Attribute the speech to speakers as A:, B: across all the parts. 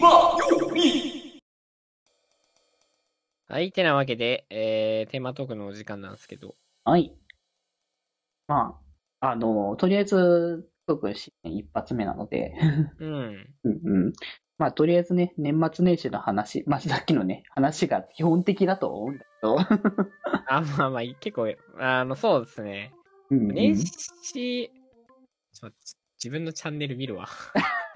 A: まより
B: はい、てなわけで、えー、テーマトークのお時間なんですけど。
C: はい。まあ、あの、とりあえず、特に一発目なので、
B: うん。
C: うんうん。まあ、とりあえずね、年末年始の話、まあ、さっきのね、話が基本的だと思うんだけど。
B: あ、まあまあ、結構、あの、そうですね。
C: うんうん
B: 年始、ちょ、自分のチャンネル見るわ。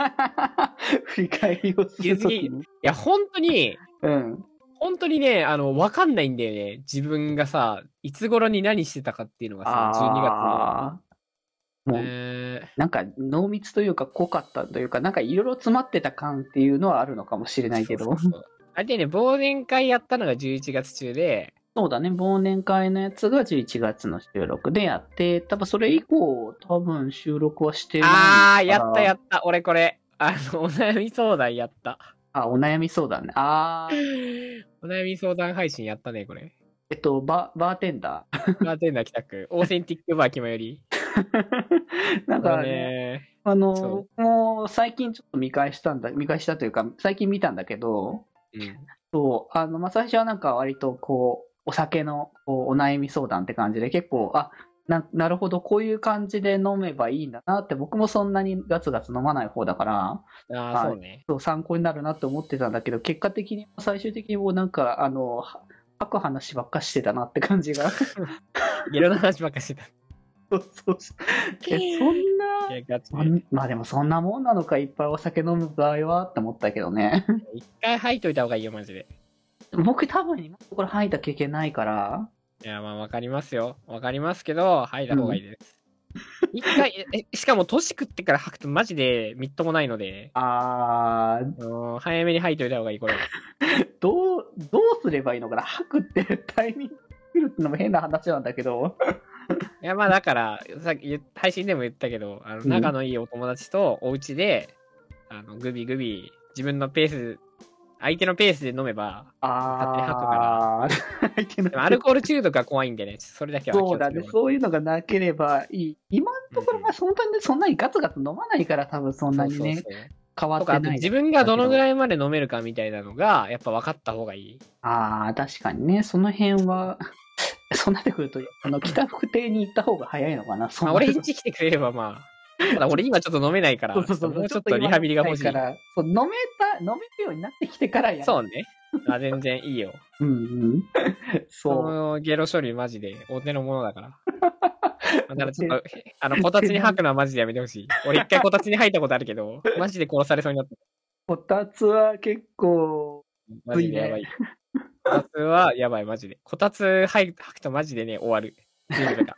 C: 振り返りをするときに。
B: いや、本当に、
C: うん。
B: 本当にね、あの、わかんないんだよね。自分がさ、いつ頃に何してたかっていうのがさ、12
C: あー
B: 月
C: も
B: の。
C: う、
B: え
C: なんか、濃密というか、濃かったというか、なんか、いろいろ詰まってた感っていうのはあるのかもしれ
B: ー
C: ないけど。
B: そうそうそうあれでね、忘年会やったのが11月中で、
C: そうだね、忘年会のやつが11月の収録でやって、多分それ以降、多分収録はしてない
B: あー、やったや
C: っ
B: った、俺これ。あの、お悩み相談やった。
C: た。あ、お悩み相談ね。あー、
B: お悩み相談配信やったね、こ れ。
C: えっと、ババーテンダ
B: バーテンダー北区、オーセンティックバー気まより。
C: ー。 なん
B: だ
C: かね、
B: ね。
C: あの、
B: そう
C: 僕も最近ちょっと見返したんだ、見返したというか、最近見たんだけど、
B: うん。
C: そう、あの、まあ、最初はなんか割とこう、お酒のこうお悩み相談って感じで結構、あ、ななるほど、こういう感じで飲めばいいんだなって、僕もそんなにガツガツ飲まない方だから、
B: あ
C: は
B: あ、
C: い
B: そうね。
C: そう参考になるなって思ってたんだけど結果的に最終的にもうなんかあのは吐く話ばっかしてたなって感じが
B: いろんな話ばっかしてた。
C: そうそうそうえそんない
B: やガチ
C: そんまあでもそんなもんなのかいっぱいお酒飲む場合はって思ったけどね
B: 一回吐いといた方がいいよ、マジで。
C: 僕多分今のところ吐いた経験ないから
B: いや、まあ、わかりますよ。わかりますけど、吐いた方がいいです。一回、えしかも年食ってから吐くとマジでみっともないので、
C: あー
B: あのー早めに吐いといた方がいい、これ。
C: どうどうすればいいのかな吐くってタイミング来るってのも変な話なんだけど
B: いや、まあ、だから、さっき言っ配信でも言ったけど、あの
C: うん
B: 仲のいいお友達とお家で、あの、グビグビ、自分のペース、相手のペースで飲めば、
C: ああ 相手の
B: でもアルコール中毒が怖いんでね、ちょっとそれだけは気
C: そ
B: をつ
C: う
B: け
C: だ
B: てもら、
C: ね
B: って
C: そういうのがなければいい。今のところ、
B: うん
C: まあ、そんなに、そんなにガツガツ飲まないから、多分そんなにね、
B: そうそうそう
C: 変わっ
B: とか、
C: て
B: あと
C: ない。
B: 自分がどのぐらいまで飲めるかみたいなのが、やっぱ分かった方がいい。
C: ああ、確かにね、その辺は、 そうなってくると、あの、北福亭に行った方が早いのかな、そ
B: まあ、
C: んな
B: 俺んち来てくれればまあ。ただ俺今ちょっと飲めないから、
C: そうそうそう
B: もうちょっとリハビリが欲しい
C: ちょっ。と今飲みたいからそう、飲めた、飲めるようになってきてからや。
B: そうね。あ全然いいよ。
C: う。うんうん。
B: こ
C: そう。
B: のゲロ処理マジでお手のもの だから。だからちょっと、あの、こたつに吐くのはマジでやめてほ しい。俺一回こたつに吐いたことあるけど、マジで殺されそうになった。
C: こたつは結構、
B: マジでやばい。こたつはやばい、マジで。こたつ吐い吐くとマジでね、終わる。準備が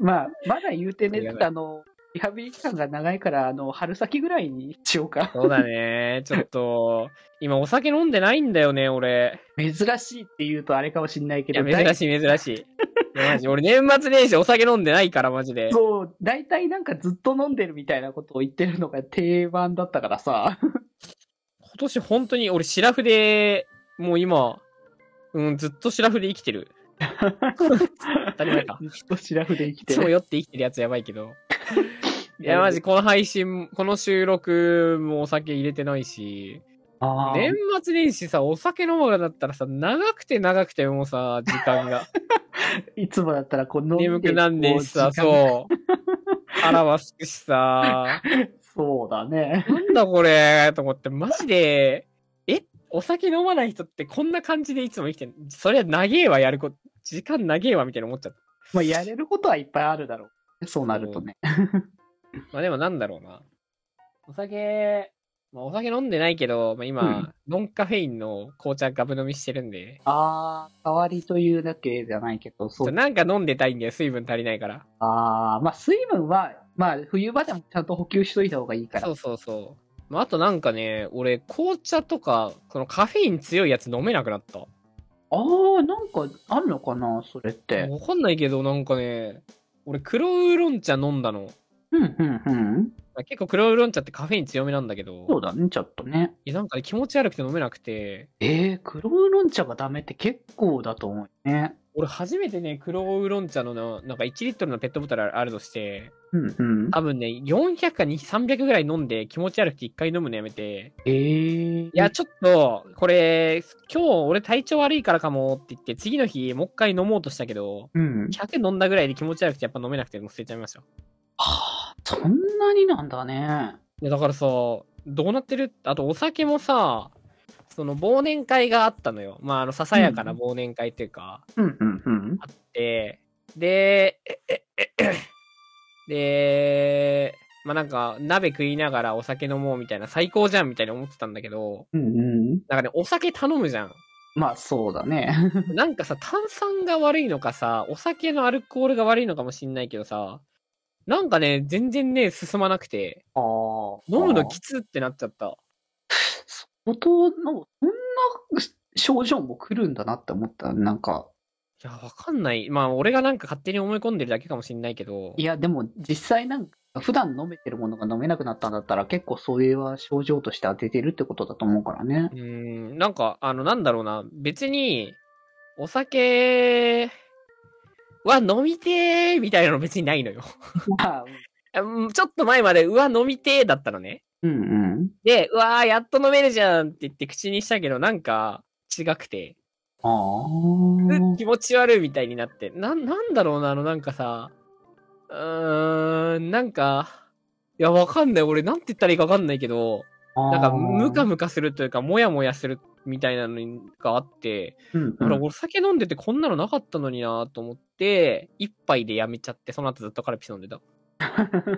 C: まあ、まだ言うてね
B: ありが、たい
C: あの、リハビリ期間が長いから、あの、春先ぐらいにしようか。
B: そうだね。ちょっ と、今お酒飲んでないんだよね、俺。
C: 珍しいって言うとあれかもしんないけ
B: いや、
C: ど、
B: 珍しい、珍しい。 いやマジ俺年末年始お酒飲んでないから、マジで
C: 大。そう、大体なんかずっと飲んでるみたいなことを言ってるのが定番だったからさ。
B: 今年本当に俺、シラフで、もう今、うん、ずっとシラフで生きて る。当たり前か。
C: ずっとシラフで生き
B: い
C: て
B: つも
C: る。
B: 酔って生きてるやつやばいけど。いや、マジ、この配信、この収録もお酒入れてないし、
C: あー
B: 年末年始さ、お酒飲むんだったらさ、長くて長くてもうさ、時間が。
C: いつもだったらこう飲んで
B: 眠くなんねえしさ、
C: う。
B: そう。腹はすくし さ、
C: そうだね。
B: なんだこれ、と思って、マジで、えお酒飲まない人ってこんな感じでいつも生きてんそりゃ長えわ、やること。時間長えわ、みたいな思っちゃった。
C: まあ、やれることはいっぱいあるだろう。そうなるとね。
B: まあでもなんだろうな。お酒、まあ、お酒飲んでないけど、まあ、今、
C: うん
B: ノンカフェインの紅茶ガブ飲みしてるんで、
C: ああ、代わりというだけじゃないけど、
B: ちょっ
C: そ
B: と
C: う。
B: なんか飲んでたいんだよ、水分足りないから。
C: ああ、まあ、水分は、まあ、冬場でもちゃんと補給しといた方がいいから。
B: そうそうそう。まあ、あとなんかね、俺、紅茶とか、そのカフェイン強いやつ飲めなくなった。
C: ああ、なんかあるのかな、それって。
B: わかんないけど、なんかね、俺、黒ウーロン茶飲んだの。
C: うん、うん、うん。
B: まあ結構黒ウーロン茶ってカフェイン強めなんだけど、
C: そうだね、ちょっとね。
B: いやなんかね気持ち悪くて飲めなくて、
C: えー、黒ウーロン茶がダメって結構だと思うね。
B: 俺初めてね、黒ウーロン茶のな、なんか1リットルのペットボトルあるとして、
C: うんうん。
B: 多分ね、400か300ぐらい飲んで気持ち悪くて1回飲むのやめて、
C: えー、い
B: いや、、ちょっと、これ、今日俺体調悪いからかもって言って、次の日、もう一回飲もうとしたけど、
C: うん。
B: 100飲んだぐらいで気持ち悪くてやっぱ飲めなくてもう捨てちゃいました。
C: はあ、そんなになんだね。
B: いやだからさ、どうなってるあとお酒もさ、その忘年会があったのよ。まあ、あの、ささやかな忘年会っていうか、
C: うんうんうん。
B: で、で、 ええええで、まあなんか、鍋食いながらお酒飲もうみたいな、最高じゃんみたいに思ってたんだけど、
C: うんうん。
B: なんかね、お酒頼むじゃん。
C: まあそうだね。
B: なんかさ、炭酸が悪いのかさ、お酒のアルコールが悪いのかもしんないけどさ、なんかね、全然ね、進まなくて、
C: ああ。
B: 飲むのきつってなっちゃった。
C: 相当の、そんな症状も来るんだなって思った。なんか、
B: いや、わかんない。まあ、俺がなんか勝手に思い込んでるだけかもしんないけど、
C: いやでも実際なんか、普段飲めてるものが飲めなくなったんだったら結構それは症状として当ててるってことだと思うからね
B: う。ーん、なんか、あの、なんだろうな、別に、お酒は飲みてーみたいなの別にないのよ。
C: まあ、
B: うんちょっと前まで、うわ、飲みてーだったのね。
C: うんうん。
B: で、うわー、やっと飲めるじゃんって言って口にしたけど、なんか、違くて、
C: あ
B: う
C: あ。
B: 気持ち悪いみたいになって、な、なんだろうな、あの、なんかさ、うーん、なんか、いや、わかんない。俺、なんて言ったらいいかわかんないけど、なんか、ムカムカするというか、モヤモヤするみたいなのがあって、
C: うんう
B: だから
C: ん、
B: 俺酒飲んでてこんなのなかったのになと思って、一杯でやめちゃって、その後ずっとカルピス飲んでた。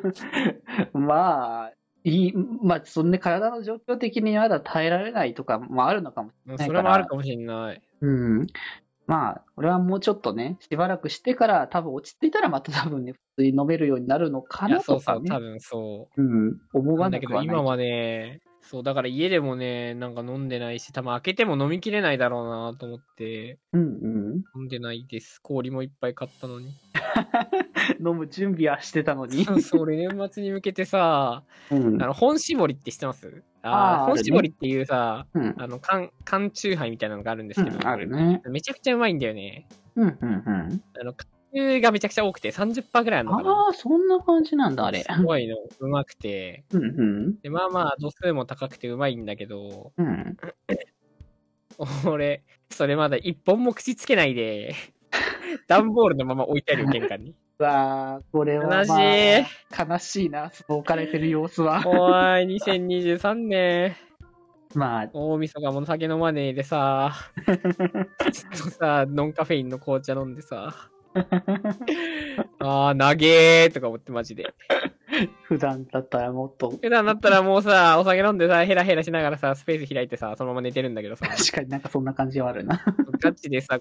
C: まあ、いい、まあ、そんで体の状況的にまだ耐えられないとかもあるのかもし
B: うん
C: ない
B: そ
C: か
B: れ
C: ら。
B: もあるかもしれない。
C: うん。まあ、俺はもうちょっとね、しばらくしてから、多分落ち着いたらまた多分ね、普通に飲めるようになるのか
B: いや、
C: な
B: そう
C: と
B: そ
C: か
B: う、多
C: ね。
B: 分そ
C: うん。思
B: う。な
C: わ
B: ん
C: な
B: だ
C: く
B: け
C: は
B: ど、
C: ない。
B: 今はね、そう、だから家でもね、なんか飲んでないし、多分開けても飲みきれないだろうなと思って、
C: うん
B: 飲んでないです。氷もいっぱい買ったの に。
C: うん。飲む準備はしてたの に
B: そ。うそう、俺年末に向けてさ、
C: うん
B: あ。の、本絞りって知ってますあ
C: あー
B: あ、
C: あ
B: 本
C: るね
B: 絞りっていうさ、
C: うん。
B: あの、缶、缶チューハイみたいなのがあるんで
C: う
B: すけど、
C: ん、あるね。
B: めちゃくちゃうまいんだよね。
C: うん、うん、うん。
B: あの、缶チューがめちゃくちゃ多くて、30%ぐらいあるのかな。
C: ああ、そんな感じなんだ、あれ。
B: すごいの、うまくて。
C: うん、うん。
B: で、まあまあ、度数も高くてうまいんだけど、
C: うん。
B: 俺、それまだ一本も口つけないで、 段ボールのまま置いてあるよ、玄 関に。
C: うわあ、これは、まあ
B: 悲し
C: 悲しいな、その置かれてる様 子は。
B: おーい、2023年。
C: まあ、
B: 大晦日も酒飲まねえでさ、ずっとさ、ノンカフェインの紅茶飲んで さ、あー、なげーとか思ってマジで。
C: 普段だったらもっと、
B: 普段だったらもうさ、お酒飲んでさ、ヘラヘラしながらさ、スペース開いてさ、そのまま寝てるんだけどさ、
C: 確かになんかそんな感じはあるな。
B: ガチでさ、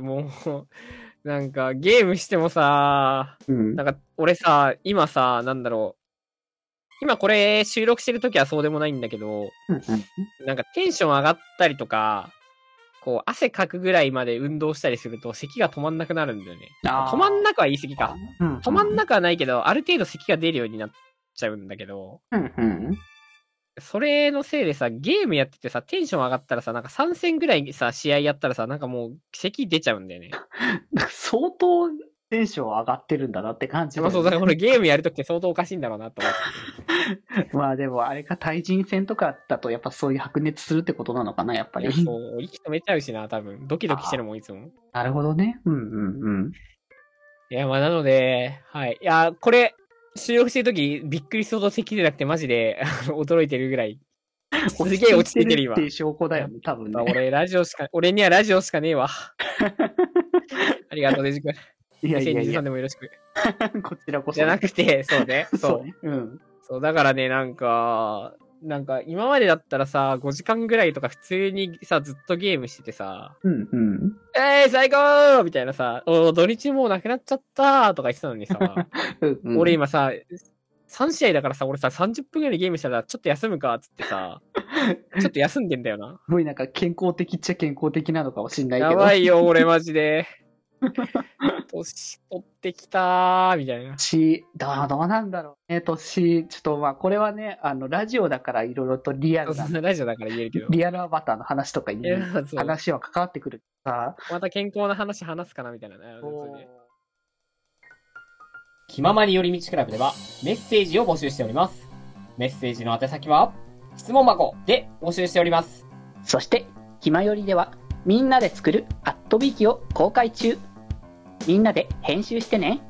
B: もう、なんかゲームしてもさ、
C: うん
B: な。んか俺さ、今さ、なんだろう。今これ収録してる時はそうでもないんだけど、
C: うんうん
B: なんかテンション上がったりとか、こう汗かくぐらいまで運動したりすると咳が止まんなくなるんだよね。
C: あー
B: 止まんなくは言い過ぎか。
C: うん。
B: 止まんなくはないけど、ある程度咳が出るようになっちゃうんだけど、
C: うんうん。
B: それのせいでさ、ゲームやっててさ、テンション上がったらさ、なんか3戦ぐらいさ、試合やったらさ、なんかもう咳出ちゃうんだよね。
C: 相当テンション上がってるんだなって感じだ
B: まあそう、だ
C: よね、
B: からこれゲームやるときって相当おかしいんだろうなと思って。
C: まあでも、あれか対人戦とかだと、やっぱそういう白熱するってことなのかな、やっぱ
B: い
C: り
B: や。そう、息止めちゃうしな、多分。ドキドキしてるもん、いつも。
C: なるほどね。うんうんうん。
B: いや、まあ、なので、はい。いや、これ、収録してるとき、びっくりするほど咳でなくて、マジで、あの驚いてるぐらい。すげえ落ち着いてる、今
C: ってい。う証拠だよね、多分
B: まあ、
C: ね。
B: 俺、ラジオしか、俺にはラジオしかねえ わ。ありがとう、デジ君。
C: いやいやい
B: 2023
C: や、
B: でもよろしく。
C: こちらこそ。
B: じゃなくて、そうね。そ
C: そう
B: う。
C: ね。うん。
B: そう、だからね、なんか、なんか、今までだったらさ、5時間ぐらいとか普通にさ、ずっとゲームしててさ、
C: うんうん。
B: えー、最高みたいなさ、おー土日もうなくなっちゃったーとか言ってたのにさ、
C: うんうん、
B: 俺今さ、3試合だからさ、俺さ、30分ぐらいゲームしたら、ちょっと休むかっつってさ、ちょっと休んでんだよな。
C: すごいなんか健康的っちゃ健康的なのかもしんないけど。
B: やばいよ、俺マジで。年取ってきたー、みたいな。
C: し、どうどうなんだろうね、年、ちょっとまあ、これはね、あの、ラジオだからいろいろとリアルな、
B: ラジオだから言えるけど。
C: リアルアバターの話とかに
B: いやそう
C: 話は関わってくるから
B: また健康な話話すかなみたいなね。
C: さ、
B: 普通に
A: 気ままに寄り道クラブではメッセージを募集しております。メッセージの宛先は、質問箱で募集しております。
C: そして、ひまよりでは、みんなで作るアットビーキを公開中。みんなで編集してね。